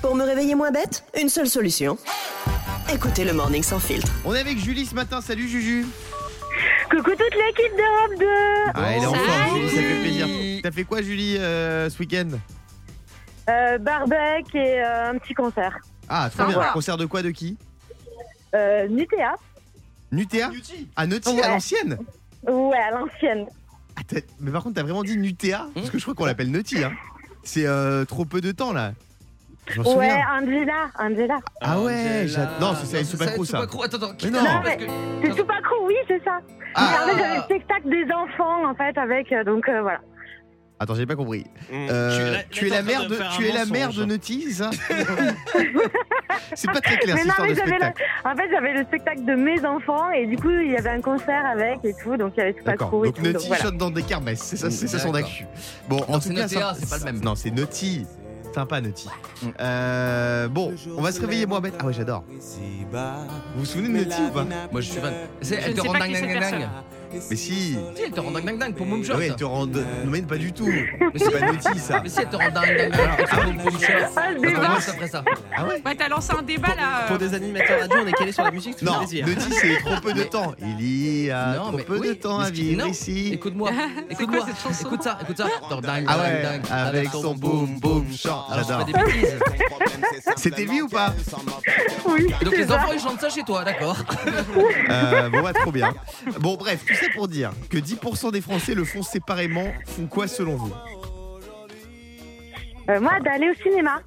Pour me réveiller moins bête, une seule solution. Écoutez le morning sans filtre. On est avec Julie ce matin. Salut Juju. Coucou toute l'équipe d'Europe 2 Ah, elle est en Salut. forme, Julie, ça fait plaisir. T'as fait quoi, Julie, euh, ce week-end euh, Barbec et euh, un petit concert. Ah, trop Ah, bien. voilà. Concert de quoi, de qui Euh, Nutea Nutea Ah, Naughty, Ouais. à l'ancienne Ouais, à l'ancienne. Ah, t'as- Mais par contre, t'as vraiment dit Nutea Parce que je crois qu'on l'appelle Naughty. Hein. C'est euh, trop peu de temps, là. Je m'en Ouais, souviens. Angela, Angela. Ah ouais, j'ad- non, c'est- c'est c'est Supacro, ça. Supacro. Attends, attends, Mais non. quitte-le, parce que- C'est tout pas cool, oui, c'est ça. Ah. Mais en fait, j'avais le spectacle des enfants, en fait, avec. euh, donc euh, voilà. Attends, j'ai pas compris. Mm. Euh, Tu tu es la- là, es la t'es en train mère de de, faire tu un es la mère de mensonge. Naughty, c'est ça C'est pas très clair Mais cette non, histoire mais de j'avais spectacle. En fait, j'avais le spectacle de mes enfants et du coup, il y avait un concert avec et tout, donc il y avait tout pas D'accord. cool. et Donc tout, donc Naughty voilà. chante dans des kermesses, c'est ça, c'est ça son D'accord. actu. Bon, en Non, tout c'est cas, Naughty, ça- ah, c'est pas le même. Non, c'est Naughty. Sympa Naughty. Mm. Euh, bon, on va se réveiller moins bête. Ah ouais, j'adore. Vous vous souvenez de Naughty ou pas Moi, je suis fan. C'est- Elle te sais rend pas ding qui ding cette ding ding. Mais si. Si, elle te rend ding ding ding pour Mom Shot. Ouais, elle te rend. Non mais pas du tout. Mais si, C'est pas Naughty ça. mais si, elle te rend ding ding ding pour Mom- Mom Shot. Ah, le Attends, débat. moi, c'est après ça. Ah ouais. Ouais, t'as lancé un débat là. euh, Pour des animateurs radio, on est calé sur la musique, tu Non, fais plaisir. Naughty c'est trop peu de temps. Il y a Non, Ah, trop mais peu de oui, temps mais à ce qui- vivre non. ici. Écoute-moi, écoute-moi, écoute ça, écoute ça. Attends, ding Ah ding ouais, ding. avec son boom boom chant. Alors, je J'adore. fais des bêtises. C'était vie ou pas Oui, Et Donc c'est les ça. enfants ils chantent ça chez toi, d'accord Euh, Bon bah trop bien. Bon bref, tout ça pour dire que 10% des Français le font séparément. Font quoi selon vous Euh, moi, d'aller au cinéma.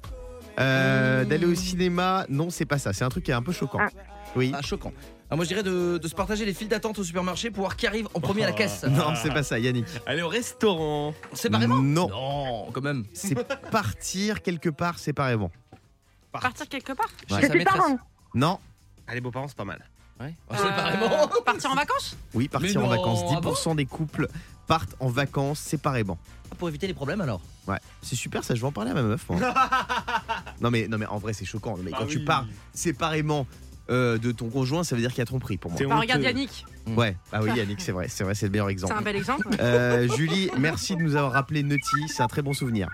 Euh, D'aller au cinéma, non c'est pas ça. C'est un truc qui est un peu choquant. Ah. Oui. Ah, choquant. Ah, moi je dirais de, de se partager les files d'attente au supermarché pour voir qui arrive en premier à la caisse. Oh. Non, c'est pas ça, Yannick. Aller au restaurant. Séparément Non. Non, quand même. C'est partir quelque part séparément. Partir quelque part Chez C'est sa tes maîtresse. parents. Non. Allez, beaux-parents, c'est pas mal. Ouais. Ah, Euh, Séparément Partir en vacances Oui, partir Mais en non, vacances. ah 10% des couples partent en vacances séparément. Pour éviter les problèmes alors. Ouais, c'est super ça, je vais en parler à ma meuf. moi. non, mais, non mais en vrai c'est choquant. Non, mais Bah quand tu oui. pars séparément euh, de ton conjoint, ça veut dire qu'il y a tromperie pour moi. C'est Bah, regarde honteux. Yannick, Ouais, ah oui Yannick, c'est vrai, c'est vrai, c'est le meilleur c'est exemple. un bel exemple. Euh, Julie, merci de nous avoir rappelé Naughty, c'est un très bon souvenir.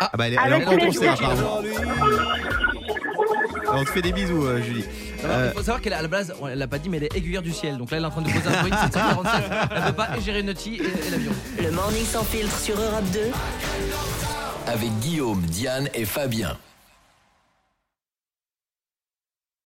Ah, bah elle, est- elle est avec encore en plaisir. concert apparemment. Alors, on te fait des bisous euh, Julie. Alors, Euh, Il faut savoir qu'elle à la base, on- elle l'a pas dit, mais elle est aiguillère du ciel. Donc là, elle est en train de poser un Boeing 747. Elle peut pas gérer Naughty et, et l'avion. Le morning sans filtre sur Europe 2. Avec Guillaume, Diane et Fabien.